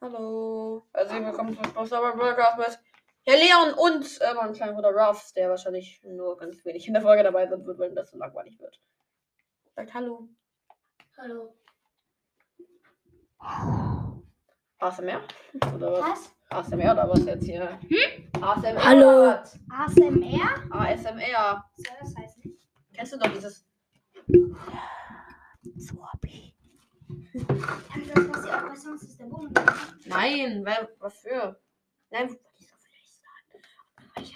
Hallo. Also willkommen zum Crossover Podcast mit ja, Leon und äh, meinem kleinen Bruder Ralph, der wahrscheinlich nur ganz wenig in der Folge dabei sein wird, weil ihm das so langweilig wird. Sagt Hallo. Hallo. ASMR? Oder was? Was? ASMR oder was jetzt hier? ASMR. Hallo. ASMR? ASMR. Soll das heißen? Kennst du doch dieses. Swappy. Kann das passiert auch bei Songs aus der Wohnung? Das Nein, wer, wofür? Nein, hatten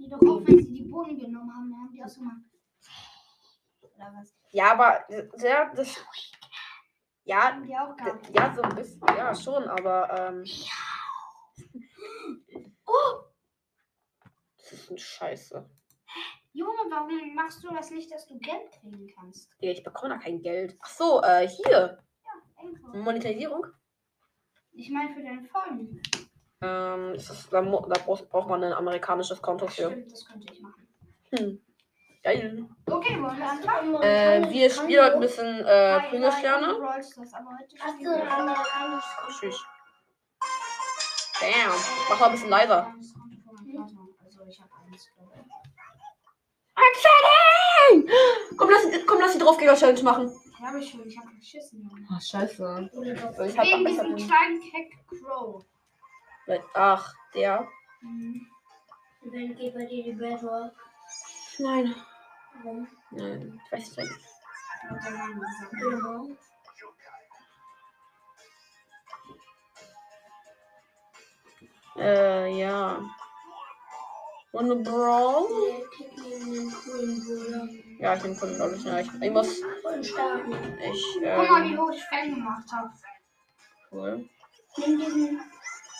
die doch auch, wenn sie die Bohnen genommen haben. Dann haben die auch so mal. Oder was? ja, aber äh, sehr. Das, ja, Haben die auch gehabt. ja, so ein bisschen. Ja, schon, aber. Ähm, Oh! das ist ein Scheiße. Junge, warum machst du das nicht, dass du Geld kriegen kannst? Ja, ich bekomme da kein Geld. Ach so, äh, hier. Einfach. Monetarisierung. Ich meine für deine Folgen. Ähm, das ist, da, mu- da brauch- braucht man ein amerikanisches Konto für. Stimmt, das könnte ich machen. Hm. Geil. Okay, wollen wir anfangen? Äh, wir spielen heute ein bisschen äh, Nein, nein, Prügelsterne. du rollst das, aber heute Hast spielen du wir- eine Hand? Tschüss. Bam. Mach mal ein bisschen leiser. Also ich habe eins. glaube ich. Action! Komm, lass, komm, lass die Draufgänger-Challenge machen. Ja, Hab ich schon, ich habe geschissen. Junge. Ach, Ah, scheiße. Ich hab Wegen Angst, diesem hab- kleinen Keck Crow. Ach, der. Mhm. Wenn geht bei dir die Battle. Nein. Warum? Nein, ich weiß nicht. Hat der Mann gesagt. Warum? Äh, ja. Und eine Brawl? Wir kicken in den coolen Bruder. Ja, ich bin voll, glaube ich. Ja, ich, ich muss. Und starten. Ich, Guck mal, wie ähm, hoch ich Fan gemacht habe. cool. Nimm diesen.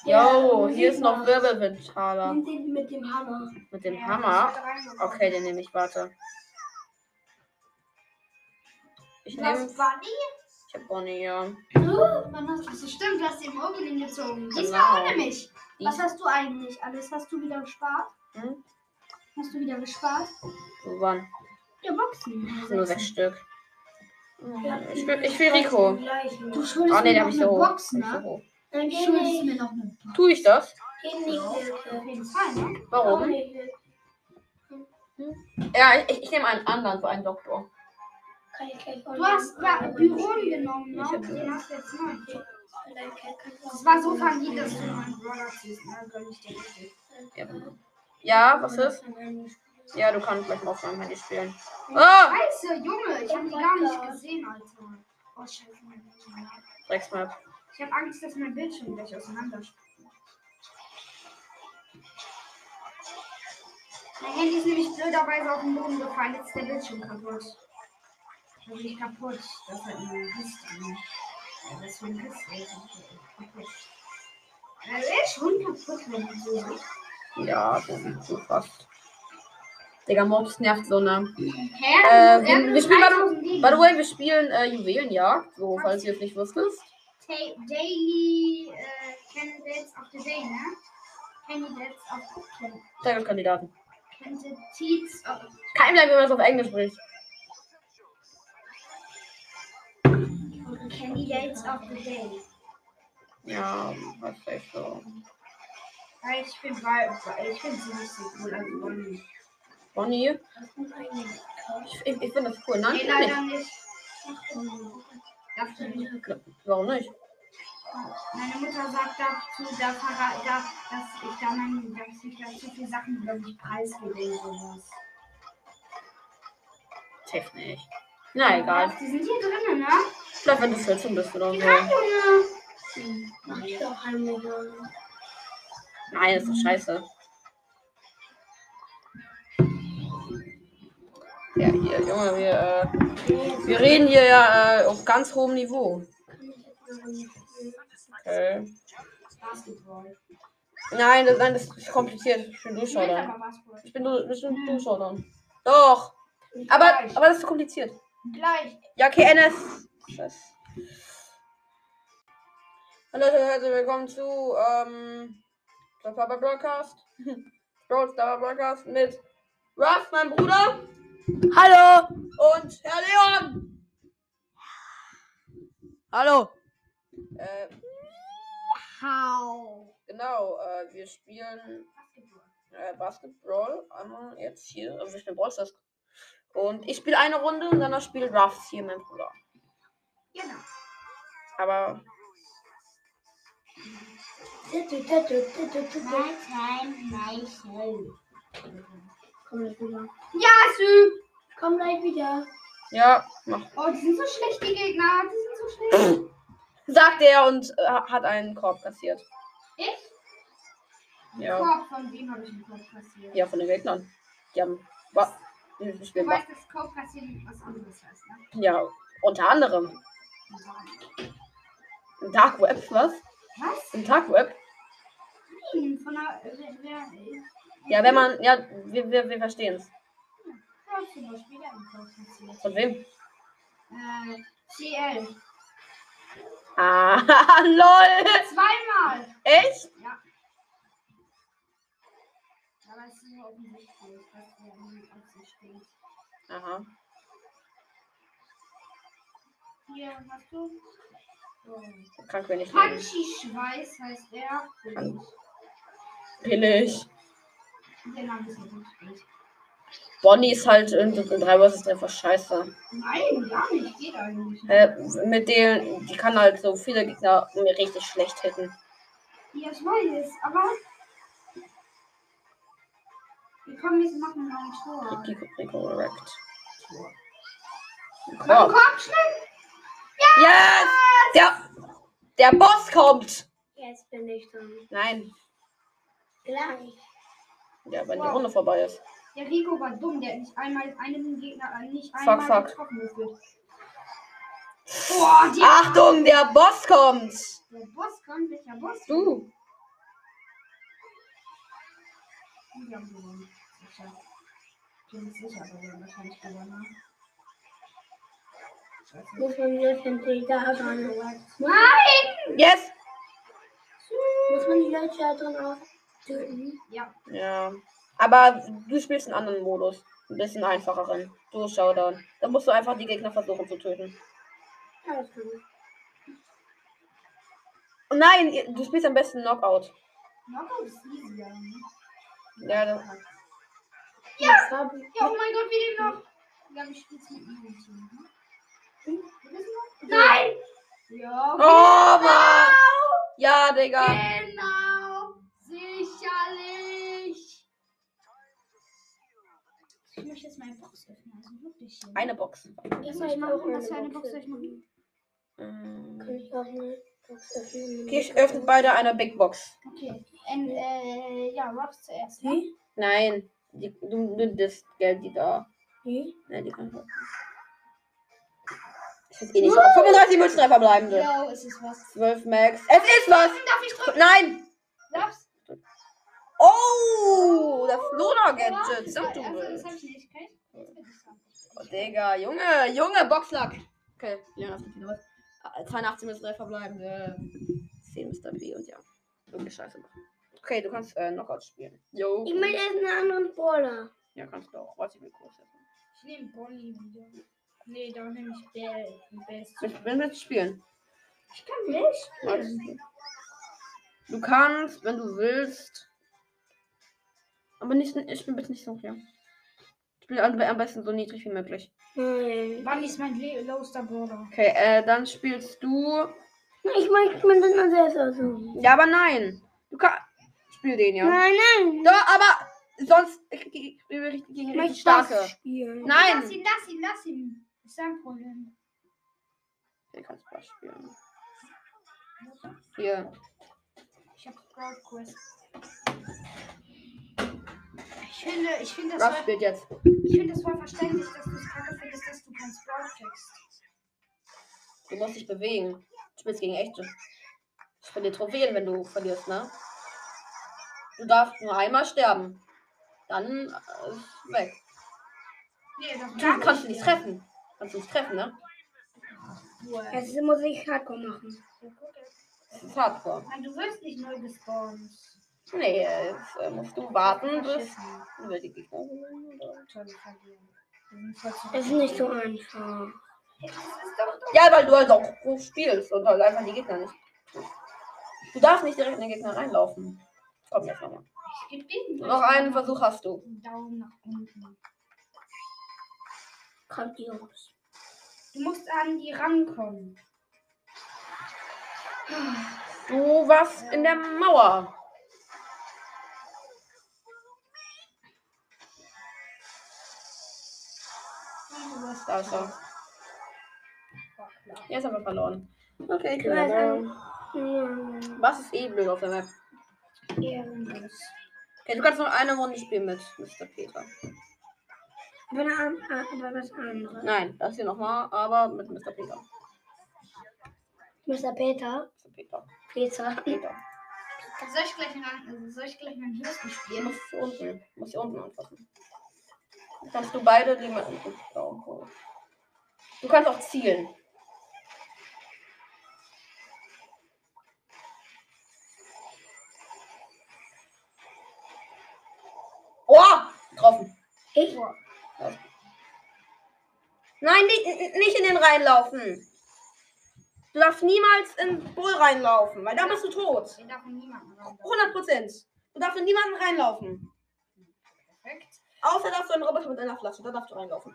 Yo, hier ist Musik noch macht. Wirbelwindtaler. Nimm den mit dem Hammer. Mit dem Ja, Hammer. das hat er reingekommen. Okay, den nehme ich, warte. Ich nehme. Das war die. Ich hab Bonnie, ja. Wann hast- Also stimmt, du hast den Oberlin gezogen. Genau. Diesmal ohne mich. Die- Was hast du eigentlich alles? Hast du wieder gespart? Hm? Hast du wieder gespart? Wo waren? Ja, Boxen. Nur sechs Stück. Ich will, ich will Rico. Du Du schuldest Ah, nee, mir der noch hab ich eine so hoch. Box, Hab ich so ne? hoch. Dann Du geh schuldest nicht. mir noch eine Box. Tue ich das? Geh nicht, Auf Wilke. jeden Fall, ne? Auch Warum? nicht, Wilke. Ja, ich, ich nehme einen anderen, so einen Doktor. Kann ich gleich Du hast ja Byron genommen, Ich ne? hab- Den hast du jetzt neu. Das Das war so verliebt, dass du meinen Bruder ziehst, ne? Gönn ich dir richtig. Ja. genau. ja, was ist? Ja, du kannst gleich mal auf meinem Handy spielen. Ah! Scheiße, Junge, ich hab die gar nicht gesehen, Alter. Oh, scheiße, mein Bildschirm. Drecksmap. Ich hab Angst, dass mein Bildschirm gleich auseinanderspringt. Mein Handy ist nämlich blöderweise auf den Boden gefallen, jetzt ist der Bildschirm kaputt. Also nicht kaputt, das ist halt nur Mist. ne? Ja, das ist für ein Mist, ey, das ist kaputt. Also ist schon kaputt, wenn du so sagst. Ja, so, so fast. Digga, Mobs nervt so, ne? Hä? Äh, Du wir- hast wir spielen mal- 3000 Leben. By the way, wir spielen äh, Juwelenjagd, so falls ihr es nicht wusstest. Ta- Daily äh, Candidates of the Day, ne? Candidates of Can- Tageskandidaten. Candidates of Kein Plan, wie man es auf Englisch spricht. Candidates of the Day. Ja, was heißt so? Ja, ich bin bei, bei- ich finde sie nicht so cool als Bonnie. Bonnie? Hast Ich, ich, ich finde das cool. Nein, Nee, ich nicht. leider nicht. Darfst du nicht. Warum nicht? Meine Mutter sagt dazu, da verra- da, dass ich da mein, dass ich da zu viele Sachen über mich preisgebe und sowas. Safe nicht. Na egal. Was? Die sind hier drinnen, ne? Vielleicht wenn du es willst, ein bisschen oder Die so. Junge! Mach ich doch einmal. Nein, das ist doch scheiße. Ja, hier, Junge, wir, äh, wir reden hier ja äh, auf ganz hohem Niveau. Okay. Basketball. Nein, das, nein, das ist kompliziert. Ich bin Ich will Zuschauer dann. aber Basketball. Ich bin nur, ich bin Hm. Zuschauer dann. Doch. Aber, Gleich. aber das ist kompliziert. Gleich. Ja, okay, NS. Scheiße. Hallo Leute, herzlich willkommen zu ähm, der Papa Broadcast. Brawl Star Broadcast mit Ruff, mein Bruder, Hallo! und Herr Leon. Hallo! Äh, How? Genau, äh, wir spielen Basketball. äh, Basketball. Einmal jetzt hier. Also ich spiele Brawl Stars. Und ich spiele eine Runde und danach spielt Ruffs hier mein Bruder. Genau. Aber Titte, titte, titte, titte. My time, my show. Komm gleich wieder. Ja, Sü! Komm gleich wieder. ja, mach. Oh, die sind so schlecht, die Gegner. Die sind so schlecht. Sagt er und äh, hat einen Korb kassiert. Ich? Ja. Korb, von wem habe ich den Korb kassiert? Ja, von den Gegnern. Die haben. Wa ich Du bin wa weißt, dass Korb kassieren was anderes heißt, ne? ja, unter anderem. Im Dark Web, was? Was? Im Dark Web? Nein, von der. Wer, wer, Ja, wenn man. Ja, wir, wir, wir verstehen es. Ja, ich bin auch später im Korb kassiert. Von wem? Äh, CL. Ah, lol! Zweimal! Echt? Ja. Aber es ist nur offensichtlich, dass der nie auf sich steht. Aha. Hier, hast du? So. Krank bin ich nicht. Punchy-Schweiß heißt er. Punch. Billig. Den Namen Genau, ist nicht gespielt. Bonnie ist halt in, in drei Versus einfach scheiße. Nein, gar nicht. Geht eigentlich nicht. Äh, mit denen, die kann halt so viele Gegner mir richtig schlecht hitten. Ja, ich weiß, aber. Wir kommen jetzt machen noch ein Tor. Ricky, Rico, Wrecked. Komm, Korb. komm, schnell! Yes! Der, der Boss kommt! Jetzt bin ich dran. Nein, Gleich. ja, wenn die Runde vorbei ist. Der Rico war dumm, der hat nicht einmal einen Gegner äh, nicht Fuck, einmal fuck. getroffen geführt. Boah, die Achtung, der Boss kommt! Der Boss kommt, welcher Boss? Du! Wir haben gewonnen. Sicher. Ich bin nicht sicher, aber wir haben wahrscheinlich gewonnen. Scheiße. Muss man wieder Fenster da dran. Nein! Yes! Muss man die Leute da drin auch töten? Ja, Ja. Aber du spielst einen anderen Modus. Ein bisschen einfacheren. Du Showdown. Da musst du einfach die Gegner versuchen zu töten. Ja, das kann ich. Und nein, ihr- du spielst am besten Knockout. Knockout ist easier. ne? Ja, da- Ja! Fabi. Ja, oh mein Gott, wir leben noch. Ja, wir spielen es mit ihm zu. ne? Hm? Wir wissen noch? Nein! Ja. Oh Mann! Ja, Digga. Genau, sicherlich. Ich möchte jetzt meine Box öffnen, also wirklich. hier. Eine Box. Ich Was soll soll ich machen? Was für eine eine Box soll ich machen? Kann Ähm, ich auch eine Box öffnen? Okay, ich öffne beide eine Big Box. Okay, ähm, äh, ja, Robs zuerst. Ne? Die? Nein. Die, du, du das Geld, die da. Die? Nein, die kann ich Ich weiß eh nicht. 35 Münzen einfach bleiben. Ja, es ist was. 12 Max. Es ist was! Darf ich drücken? Nein! Robs? Oh! Der Flora-Gadget. Ja, also, Simtuble. das hab ich nicht gekriegt. Jetzt bin ich dran. Oh, Digga, Junge, Junge, Boxlack. Okay, Leon hat wieder was. Ah, 82 bis 3 verbleibende. 10 Mr. B und ja. Irgendwie scheiße machen. Okay, du kannst äh, Knockout spielen. Jo. Ich möchte erst einen anderen Brawler. Ja, kannst du auch. Warte, ich will kurz essen. Ich nehme Bonnie wieder. Nee, da nehme ich Bell. Best. Ich will mit spielen. Ich kann Bell Warte. spielen. Du kannst, wenn du willst. Aber nicht, ich spiele bitte nicht so hoch, ja. Ich spiele am am besten so niedrig wie möglich. Nein. Wann ist mein Le- lowster Border? Okay, äh, dann spielst du. Ich möchte mir den selbst aussuchen. Ja, aber nein. Du kannst. Spiel den, ja. Nein, nein. Ja, aber sonst gegen richtig Ich gegen richtig möchte starke. das spielen. Lass Nein! ihn, lass ihn, lass ihn. Ist sein Problem. Hier kannst du was spielen. Hier. Ich hab Crowd Quest. Ich finde, ich finde das, Was voll, spielt jetzt? ich finde das voll verständlich, dass du es kacke findest, dass du kein Sprout kriegst. Du musst dich bewegen. Du spielst gegen echte. Ich bin dir Trophäen, wenn du verlierst, ne? Du darfst nur einmal sterben. Dann äh, ist weg. Nee, das Du kannst nicht treffen. Kannst nicht treffen, ne? Cool. Jetzt muss ich Hardcore machen. Das ist hardcore. Nein, du wirst nicht neu gespawnt. Nee, jetzt äh, musst du warten, bis über die Gegner sind, oder? Toll, verlieren. Wir sind voll zurück. Das ist nicht so einfach. Das ist doch doof. Ja, weil du halt auch hoch spielst und halt einfach die Gegner nicht. Du darfst nicht direkt in den Gegner reinlaufen. Komm, jetzt nochmal. Ich geb den. Noch einen Versuch hast du. Einen Daumen nach unten. Kommt die raus. Du musst an die rankommen. Du warst in der Mauer. Da ist er. Jetzt haben wir verloren. Okay, Du hast klar. einen. Was ist eh blöd auf der Map? Ehrenlos. Okay, du kannst noch eine Runde spielen mit Mr. Peter. Aber, eine, an- ah, aber was anderes. Nein, das hier nochmal, aber mit Mr. Peter. Mr. Peter. Mr. Peter. Peter. Peter. Soll ich gleich einen, also soll ich gleich einen Hürsten Du spielen? musst hier unten. Du musst hier unten anfassen. Dann Kannst du beide die mit unten Daumen hoch. Du kannst auch zielen. Oh! Getroffen. Ich? Nein, nicht, nicht in den reinlaufen. Du darfst niemals in Bull reinlaufen, weil dann bist du tot. Wir darf niemanden rankommen. 100 Prozent. Du darfst in niemanden reinlaufen. Perfekt. Außer darfst du einen Roboter mit einer Flasche, da darfst du reinlaufen.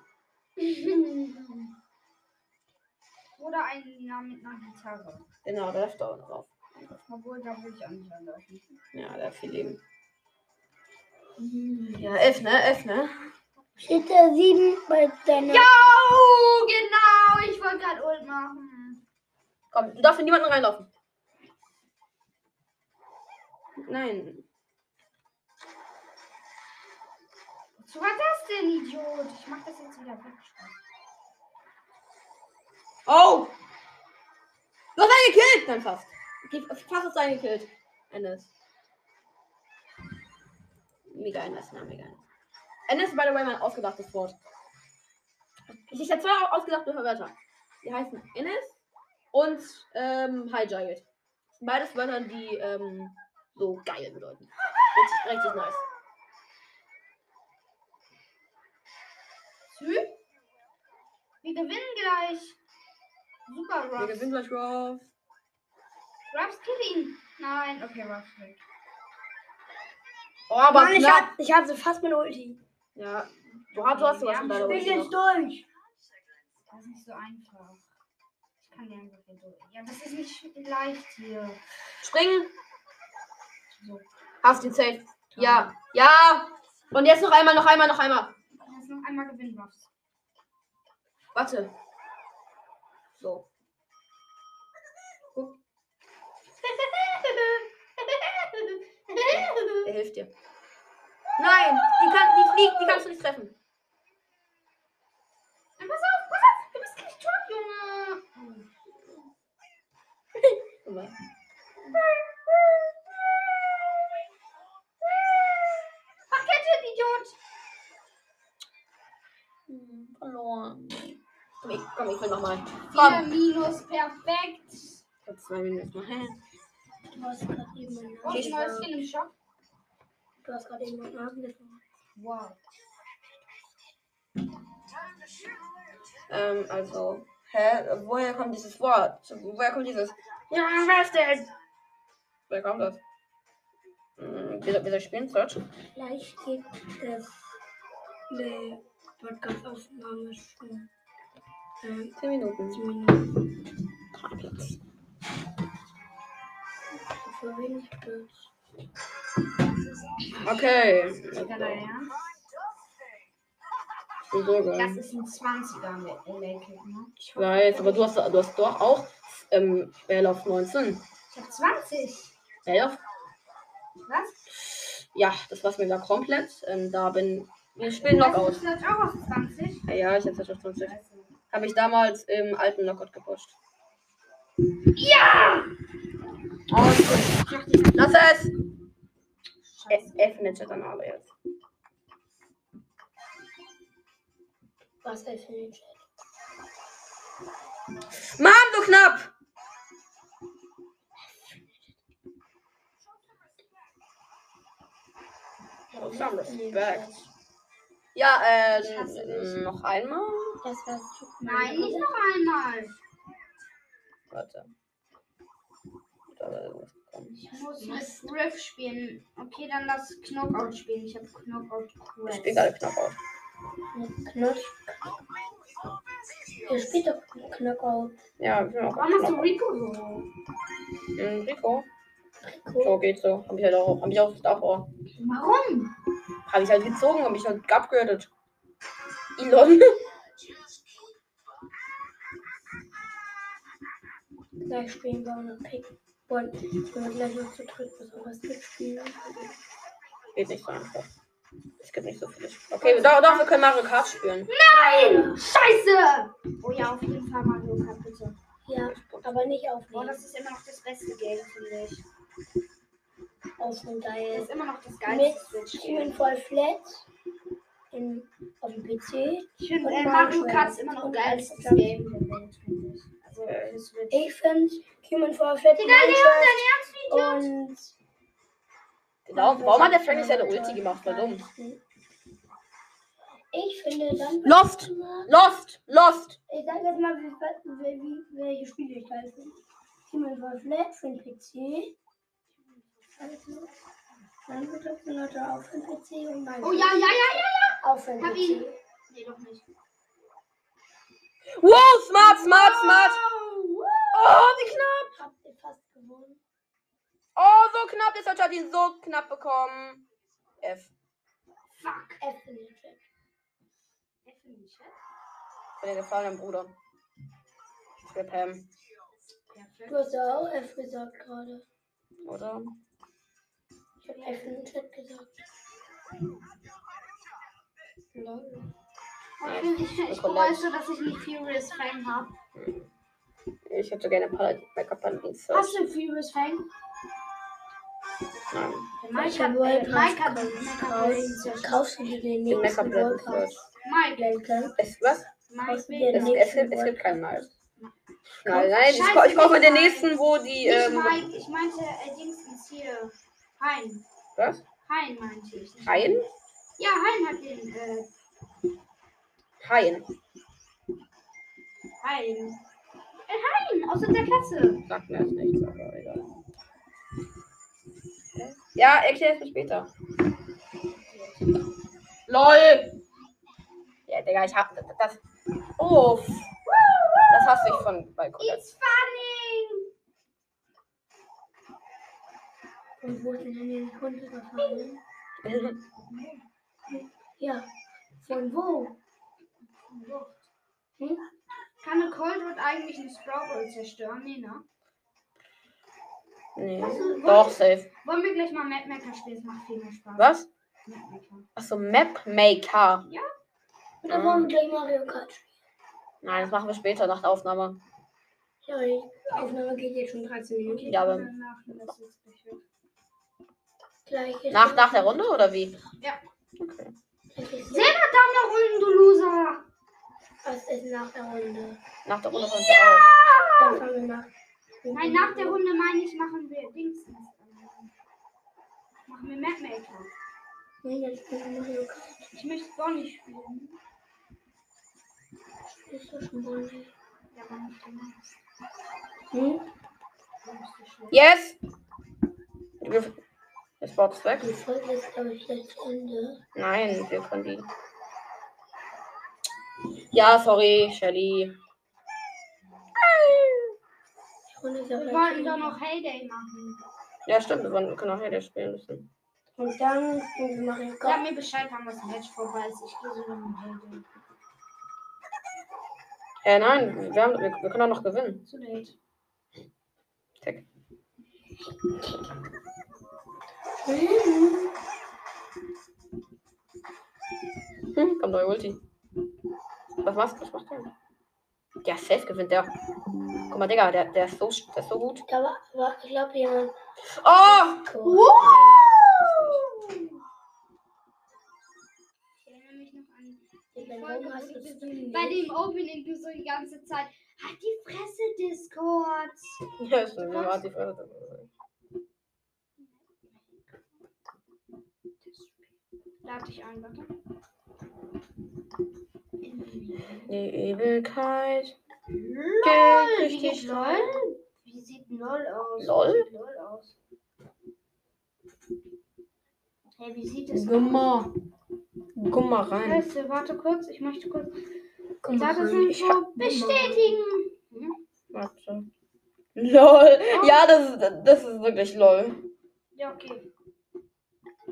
Oder einen mit einer Gitarre. Genau, da darfst du auch drauf. Obwohl, da will ich auch nicht anlaufen. Ja, da hat viel Leben. Ja, elf, ne? Elf, ne? Steht da sieben bei deiner. Ja, genau. Ich wollte gerade Ult machen. Komm, du darfst in niemanden reinlaufen. Nein. Wozu war das denn, Idiot? Ich mach das jetzt wieder weg. Oh! Du hast einen gekillt! Nein, fast. Die- Fast hast du einen gekillt. Enes. Mega Enes, na, mega Enes. Enes ist, by the way, mein ausgedachtes Wort. Ich, ich habe zwei ausgedachte Wörter. Die heißen Enes und ähm, Hijacked. Beides Wörter, die ähm, so geil bedeuten. Richtig, richtig nice. Sü? Wir gewinnen gleich. Super, Wir Ruffs. gewinnen gleich Raw. Ruffs, kill ihn. Nein, okay, Ruffs weg. Oh, aber Mann, ich, knapp. hab, ich hatte fast meine Ulti. Ja, du hast, du hast Ja, was in deiner Ich Ulti bin noch. jetzt durch. Das ist nicht so einfach. Ich kann den einfach hier durch. Ja, das ist nicht leicht hier. Springen. So. Hast ihn safe. Ja, ja. Und jetzt noch einmal, noch einmal, noch einmal. Ich kann das noch einmal gewinnen, Ruffs. Warte. So. Guck, der hilft dir. Nein, die, kann, die fliegt, die kannst du nicht treffen. Na, pass auf, pass auf. Du bist gleich tot, Junge. Guck mal. Mach Kette, Idiot. Hm, Verloren. Komm, ich, komm, ich will nochmal. Vier Komm. Minus, perfekt. Ich hab zwei Minuten. noch. Hä? Du hast gerade eben meinen Und Okay, Oh, ein ich Mäuschen im Shop. Du hast gerade eben meinen Namen gefunden. Wow. Ähm, also. Hä? Woher kommt dieses Wort? Woher kommt dieses? Ja, was denn? Woher kommt das? Hm, wir, wir spielen Search. Vielleicht geht das eine Podcast-Aufnahme schon. Ähm, Zehn Minuten. zumindest Drei Platz. für wenig Platz. Okay. Digga, dein Ernst? So, so Das geil. ist ein 20er mit Electric, ne? Ich weiß, aber du hast, du hast doch auch ähm, Bell auf 19. Ich hab 20. Bell auf, Was? ja, das war's mir da komplett. Ähm, da bin wir spielen Das Knockout. ist jetzt auch auf 20. Ja, ja, ich hab's jetzt auf 20. Also, Habe ich damals im alten Knockout gepusht. Ja! Oh, shit. Lass es! scheiße. F-Nitcher dann aber jetzt. Was er für den Chat. Mann, so knapp! Oh, some respect. Ja, Ich hasse äh, dich. noch einmal. Das war zu Nein, nicht noch einmal. Äh, Warte. Da war irgendwas gekommen. Ich muss mit Griff spielen. Okay, dann lass Knockout spielen. Ich habe Knockout Ich Quest. spiele gerade Knockout. Knosch. Ihr spielt doch Knockout. Ja, ich bin auch Warum hast du Knockout. Rico so? Hm, Rico? Rico. So geht so. Hab ich halt auch, hab ich auch davor. Warum? Hab ich halt gezogen und mich halt abgehört. Elon. Gleich spielen wir und Pick. Und ich will gleich noch zu dritt besonders mitspielen. Geht nicht so einfach. Es gibt nicht so viele. Sp- Okay, doch, doch, wir können Mario Kart spielen. Nein! Scheiße! Oh ja, auf jeden Fall Mario Kart, bitte. Ja, aber nicht Oh, aufnehmen. das ist immer noch das beste Game, finde ich. Aufnehmen, da Das jetzt. ist immer noch das Mit geilste Streamen Switch-Game. voll flat. In, auf dem PC. Ich finde Und äh, Mario Mario Kart ist immer noch und geilstes Minecraft. Game der Welt, finde ich. Also Okay. für Switch. Ich finde Human Fall Flat Digga, Leon, Minecraft und. Genau, warum hat der Frank seine Ulti gemacht? Warum? Ich finde dann. Lost! Lost! Lost! Ich sag jetzt mal, wie, wie, wie, welche Spiele ich halt finde. Human Fall Flat für den PC. Minecraft Simulator auf dem PC und Minecraft Oh ja, ja, ja, ja! auf dem Hab ihn. PC. Nee, doch nicht. Wow, smart, smart, smart! Oh, Oh, wie knapp! Habt ihr fast gewonnen? Oh, so knapp! Der Search hat ihn so knapp bekommen. F. fuck. F in den Chat. F in den Chat. Von der gefallenen Bruder. Rip Ham, Perfekt. Du hast ja auch F gesagt gerade. oder? Ich hab F in den Chat gesagt. Lol. Okay, ich, ich bereue, dass ich nicht Furious Fang habe. Ich hätte gerne Paladin, Backup Paladin Search. Hast du Furious Fang? Nein. Der Ich Mike hab hat World äh, Mike hat Pass. Kaufst du dir den Den Backup nächsten Paladin World Pass? Search. Mike, Lenken. Es, was? Mike Kaufst du dir will Es, den das. es, nächsten gibt, es World gibt keinen Mal. Kauf- Nein, nein, ich, kau- ich kaufe den nächsten, wo die. Nicht Ähm, Mike, ich meinte äh, Dingsens hier. Hein. was? Hein meinte ich. nicht. Hein? Ja, Hein hat den. Äh, Hein, Hein. Äh, Hein aus der Klasse. sagt mir jetzt nichts, aber egal. Ja, erklär es mir später. LOL! Ja, Digga, ich hab das. das oh! f- Das hasse ich von Balkon. It's funny. Und wo ist denn die Hunde gefallen? Ja. Von wo? Hm? Kann eine Coldwood eigentlich einen Sprawlball zerstören? Nee, ne? nee. Doch, safe. Wollen wir gleich mal Mapmaker spielen? Das macht viel mehr Spaß. Was? Mapmaker. Achso, Map Maker. Oder wollen wir gleich Mario Kart spielen? Nein, das machen wir später nach der Aufnahme. Ja, die Aufnahme geht jetzt schon 13 Minuten. Okay, Ja, aber- dann machen wir das jetzt gleich weg. Gleich ist Nach, nach der Runde oder wie? Ja. Okay. Gleich ist- Selber Daumen nach unten, du Loser! Was ist nach der Runde? Nach der Runde kommt ja. auf. Dann fangen wir nach. Nein, nach der Runde meine ich, machen wir Dings. Machen wir Mapmaker. Nee, dann spielen wir Mario Kart. Ich möchte Bonnie spielen. Ist doch schon Runde. Ja, Mann, ich bin Angst. Hm? Warum bist du schlecht? Yes! Wir- Das Box weg. Die Folge ist, glaube ich, gleich zu Ende. Nein, wir können die. Ja, sorry, Shelly. Die Runde ist ja Wir gleich wollten zu doch Ende. noch Heyday machen. Ja, stimmt, wir wollen- können auch Heyday spielen müssen. Und dann spielen wir Mario Sag Kart. mir Bescheid, wann das Match vorbei ist. Ich gehe sogar mit Heyday. Hä, Äh, nein, wir, haben, wir, wir können auch noch gewinnen. Zu late. Tick. Hm. Hm, kommt neue Ulti. Was machst du? Was macht der? Ja, safe gewinnt der. Guck mal, Digga, der, der, ist, so, sch- der ist so gut. Da war, war ich glaube, jemand. Oh! Ich erinnere mich noch an Ich die bin Folge, warum hast wo du du das bist- denn bei nicht? dem Opening du so die ganze Zeit. Halt die Fresse, Discord! Ja, ist eine Party für Lade dich ein, warte. Die Übelkeit. LOL! Wie richtig geht LOL? Wie sieht LOL aus? LOL? Wie sieht LOL aus? Hey, wie sieht es Gummer. Gummer rein. Scheiße, warte kurz, ich möchte kurz. Gummer Da das rein. Ich hab irgendwo bestätigen. Warte. LOL. Ja, das ist, das ist wirklich LOL. Ja, okay.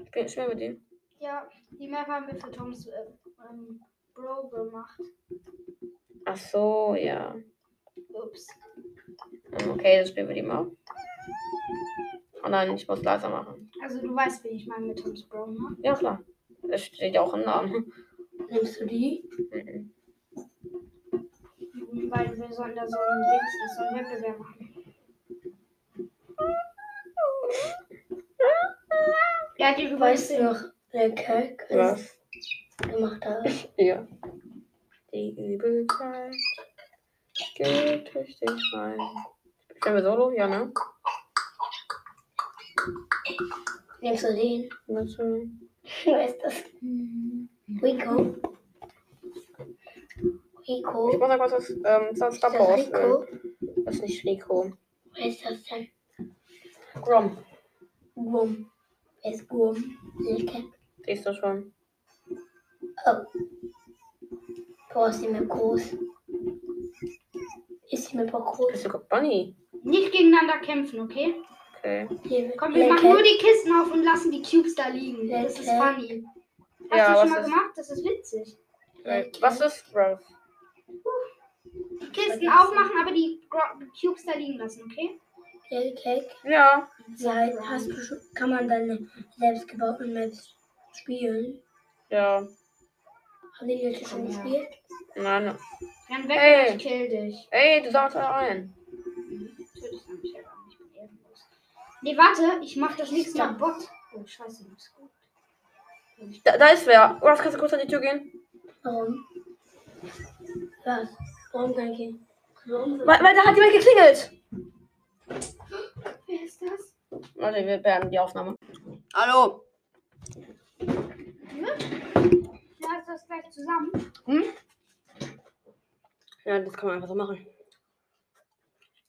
Ich bin schwer mit dem. Ja, die Map haben wir für Toms äh, ähm, Bro gemacht. Ach so, ja. Ups. Ähm, Okay, das spielen wir die mal. Oh nein, ich muss leiser machen. Also du weißt, wen ich meine mit Toms Bro, ne? Ja, klar. Das steht ja auch im Namen. Nimmst du die? Mhm. Weil wir sollen da so ein Dings, das so ein Wettbewerb machen. Ja, die Du weißt übrigens- noch, der Kalk Was? gemacht hat. Ja. Die Übelkeit geht richtig rein. Spielen wir Solo? Ja, ne? Nimmst du den? Warte. Du weißt das. Mhm. Rico. Ich Rico. muss einfach das, ähm, das Ist das Stapo ausfüllen. Rico? Das ist nicht Rico. Wer ist das denn? Grom. Gurm. Wer ist Gurm? Silke. Siehst du schon. Boah, ist die mir groß. Ist die mir voll groß. Bist du Bunny? Nicht gegeneinander kämpfen, okay? Okay. Hier, Komm, wir machen nur die Kisten auf und lassen die Cubes da liegen. Das ist Okay. funny. Hast Ja, du was schon mal ist- gemacht? Das ist witzig. okay. Äh, Was ist Ralph? Die Kisten aufmachen, aber die Gro- Cubes da liegen lassen, okay? Cake. Ja. Ja, hast du schon, kann man deine selbstgebauten Maps spielen? Ja. Haben die Leute schon Ja. gespielt? Nein. Renn weg Hey. und ich kill dich. Ey, du sagst da ein. Töte dich dann, ich helfe auch nicht. Ich bin ehrenlos. Nee, warte, ich mach das nächste Mal Bot. Oh, scheiße, das ist gut. Da, da ist wer. Ralph, kannst du kurz an die Tür gehen? Warum? Was? Warum kann ich gehen? Warum? Weil, weil da hat jemand geklingelt. Wer ist das? Warte, wir beenden die Aufnahme. Hallo. Ja, ist das gleich zusammen? Hm? Ja, das kann man einfach so machen.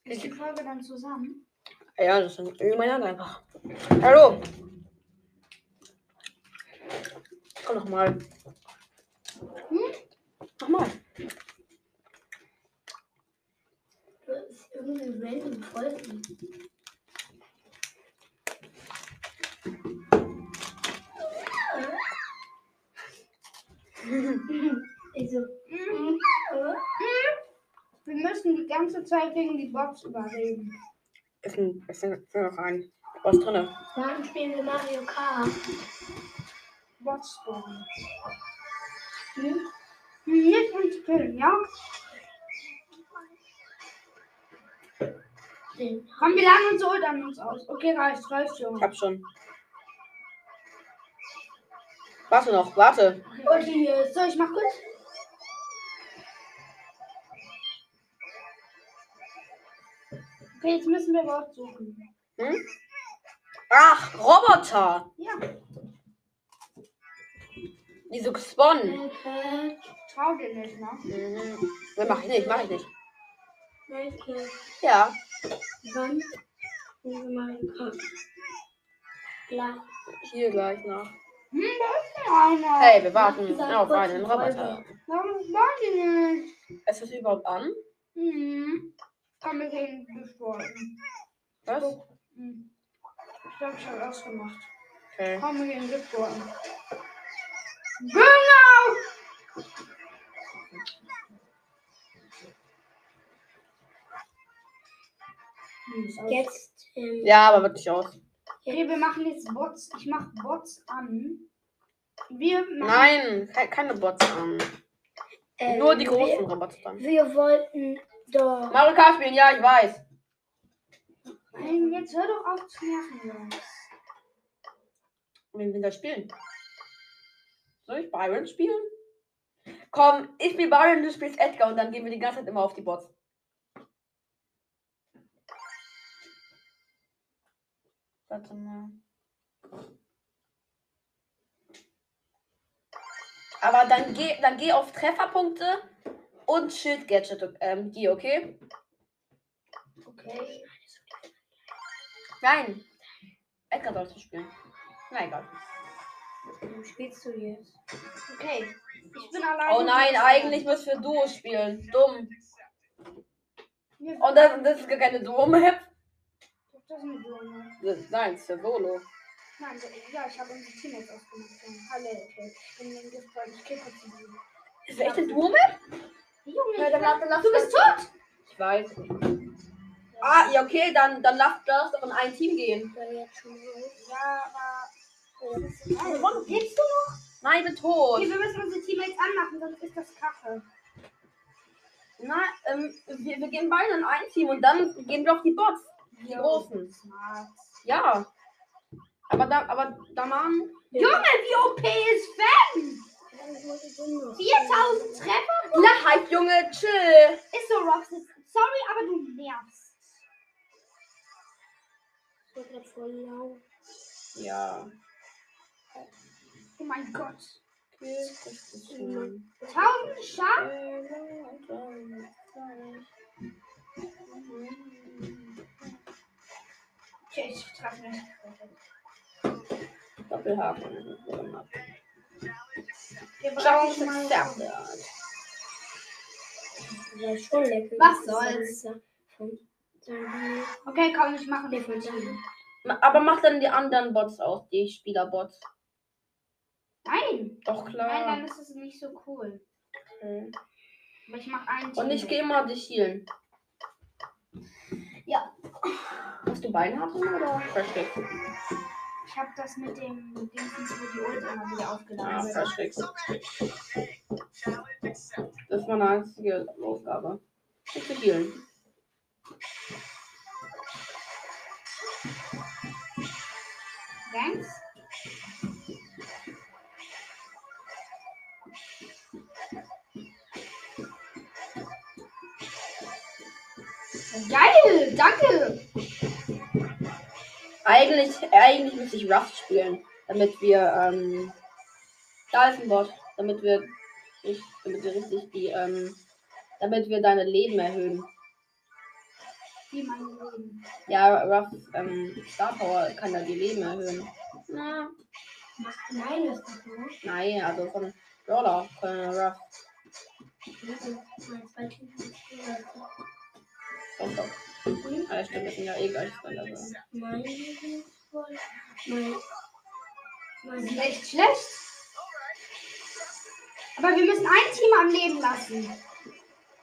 Ist die Folge dann zusammen? Ja, das ist dann irgendwann einfach. Hallo. Komm nochmal. Hm? Nochmal. Das ist irgendwie random Folgen. Also, Mhm. Wir müssen die ganze Zeit gegen die Bots überreden. Ist, ein, ist, ein, ist noch ein. Was drinne? wann spielen wir Mario Kart? Bots spawnen. Mhm, Hm? Nicht uns killen, ja? Den Komm, wir laden uns Ult an uns aus. Okay, reicht, reicht schon. Ich hab schon. Warte noch, warte. Und hier, so, ich mach kurz. Okay, jetzt müssen wir Wort suchen. Hm? Ach, Roboter! Ja. Die so gesponnen. Welche, Trau dir nicht, ne? Mhm. Nee, mach ich nicht, mach ich nicht. welche, Ja. wann spielen wir Mario Kart? Gleich. Hier gleich nach. Hm, da ist noch einer. Hey, wir warten auf einen Roboter. Warum spawnen die nicht? Ist das überhaupt an? Hm. Komm, wir gehen Giftwolken. Was? Hm. Ich glaube, ich habe ausgemacht. Okay. Komm, wir gehen Giftwolken. Genau! Hm, ist aus. Jetzt, ähm, Ja, aber wirklich aus. Okay, wir machen jetzt Bots. Ich mach Bots an. Wir machen. Nein, Äh, ke keine Bots an. ähm, Nur die großen Roboter dann. Wir, wir wollten doch. Mario Kart spielen, ja, ich weiß. Nein, jetzt hör doch auf zu nerven, Jungs. Wen will das spielen? Soll ich Byron spielen? Komm, ich spiele Byron, du spielst Edgar und dann gehen wir die ganze Zeit immer auf die Bots. Warte mal. Aber dann geh, dann geh auf Trefferpunkte und Schild-Gadget ähm, geh, okay? Okay. Nein. Edgar sollst du spielen. Na egal. Warum spielst du jetzt? Okay. Ich bin allein. Oh nein, eigentlich müssen wir Duo spielen. Dumm. Hier- Und das, das ist gar keine Duo-Map. Doch, Das ist eine Blume. Das- Nein, es ist ja Solo. Nein, so- ja, ich habe unsere Teammates ausgemacht. Hallo, okay. Ich bin in Discord. Ich kicke kurz die Blume. Ist das echt eine Duo-Map? Junge, Ja, dann lass- dann lass- du bist tot! Ich weiß nicht. Ah, ja, okay, dann, dann lass das doch in ein Team gehen. Weil jetzt schon so. Ja, aber. Ja. Lebst du noch? Nein, ich bin tot. Okay, wir müssen unsere Teammates anmachen, sonst ist das kacke. Nein, ähm, wir, wir gehen beide in ein Team und dann gehen wir auf die Bots. Die großen. Smart. Ja. Aber da, aber da man. Junge, wie OP ist Fan? Ich muss es immer. 4000 Treffer? Lachheit, Junge, chill. Ist so, Roxas. Sorry, aber du nervst. Ich war grad voll laut. Ja. Oh mein Gott. Okay, das ist schön. 1000 Schaden? Okay, ich treffe nicht. Doppelhaken. Wir brauchen Chance schon mal. accepted. Ja, schon lecker. Was soll's? Okay, komm, ich mache mir von Nein! Ma- Aber mach dann die anderen Bots aus, die Spielerbots. Nein, Doch dann klar. ist es nicht so cool. Okay. Aber ich mache einen Und ich gehe mal dich healen. Ja. Hast du Beinhaken oder? Versteck. Ich habe das mit dem Dingsens, wo die Ult immer wieder Ah, aufgeladen wird. versteck. Das ist meine einzige Aufgabe. Ich zu healen. Thanks. Geil, danke. Eigentlich, eigentlich müsste ich Ruff spielen, damit wir, ähm, da ist ein Bot, damit wir, ich, damit wir richtig die, ähm, damit wir deine Leben erhöhen. Wie mein Leben. Ja, Ruff, ähm, Star Power kann ja die Leben erhöhen. Na, Nein, das ist nicht. nein, also von Roller können Ruff, Mein zweites doch, doch. Ah, stimmt, das sind ja eh gleich drin, also. Mein Lieblingswort. Mein. Das ist Mein. echt schlecht. Aber wir müssen ein Team am Leben lassen.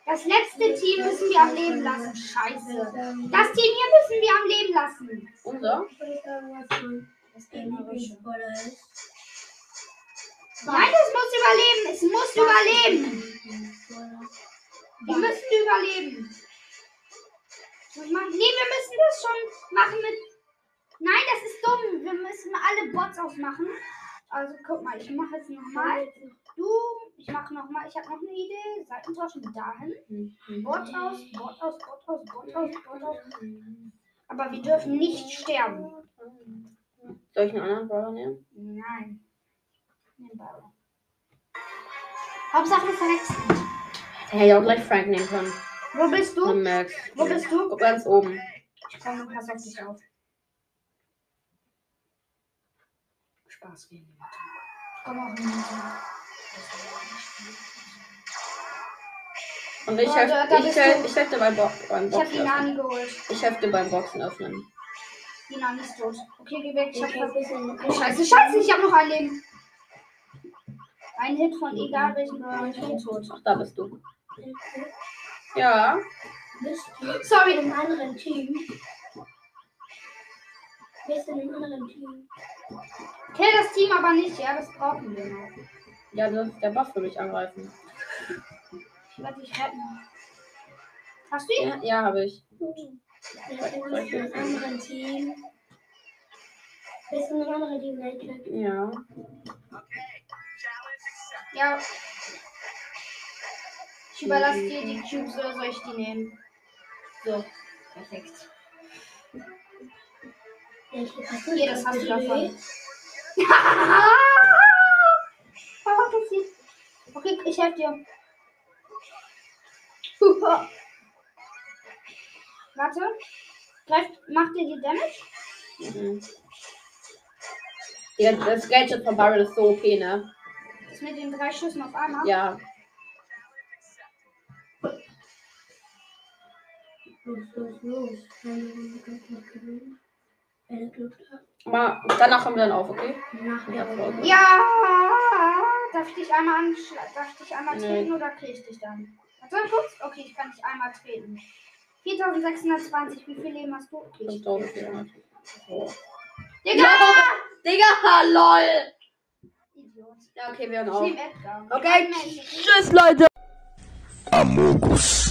Das letzte Team müssen wir am Leben lassen. Scheiße. Das Team hier müssen wir am Leben lassen. Unser? Ich würde sagen, was mein. Mein Lieblingswort ist. Nein, es muss überleben. Es muss überleben. Wir müssen überleben. Was machen- Nee, wir müssen das schon machen mit. Nein, das ist dumm. Wir müssen alle Bots aufmachen. Also guck mal, ich mache jetzt nochmal. Du, ich mache nochmal. Ich habe noch eine Idee. Seitentauschen dahin. Bot aus, Bot aus, Bot aus, Bot aus, Bot aus. Aber wir dürfen nicht sterben. Soll ich einen anderen Brawler nehmen? Nein. Nimm Bauer. Hauptsache, wir verrecken. Hätte ich auch gleich Frank nehmen können. Wo bist Du du? merkst. Wo bist du? Guck Ganz oben. Ich komme, pass auf dich auf. Spaß gehen die Mathe. Komm auf die Mathe. Und ich Oh, helfe da- da ich bist helf, du. ich helf dir beim, Bo beim Ich hab Boxen die öffnen. Nani geholt. Ich helfe dir beim Boxen öffnen. Die Nani ist tot. Okay, geh weg. Ich hab Ich hab ein bisschen. oh, Scheiße, Scheiße, ich hab noch ein Leben. Ein Hit von egal welchen Brawler, ich bin tot. Ach, da bist du. Ja. Bist du in Sorry. einem anderen Team? Bist du in einem anderen Team? Kill das Team aber nicht, ja, das brauchen wir noch. Ja, das ist der Buff für mich angreifen. Ich werde dich retten. Hast du ihn? Ja, ja habe ich. Bist du in einem anderen Team? Bist du in einem anderen Team, Leute? Ja. Ja. Ich überlasse dir die Cubes oder soll ich die nehmen? So, perfekt. Welche hast Hier, das hast du davon. Oh, Ah! das sieht- Okay, ich helfe dir. Huha. Warte. Greift, macht ihr die Damage? Mhm. Ja, das Gadget von Barrel ist so OP, ne? Das mit den drei Schüssen auf einmal. Ja. Los, los, los. Keine Runde kaputt gewinnen. Wenn ihr Glück habt. Mal, danach kommen wir dann auf, okay? Nach der Runde. Ja! Darf ich dich einmal anschlagen? Darf ich dich einmal Nee. treten oder kriege ich dich dann? Warte mal kurz. Okay, ich kann dich einmal treten. 4620, wie viel Leben hast du? Okay, ich- 5400. So. Digga! Digga, lol! Idiot. Ich Ja, okay, wir hören auf. nehm Edgar. Okay, Mensch, tschüss, Leute! Amogus.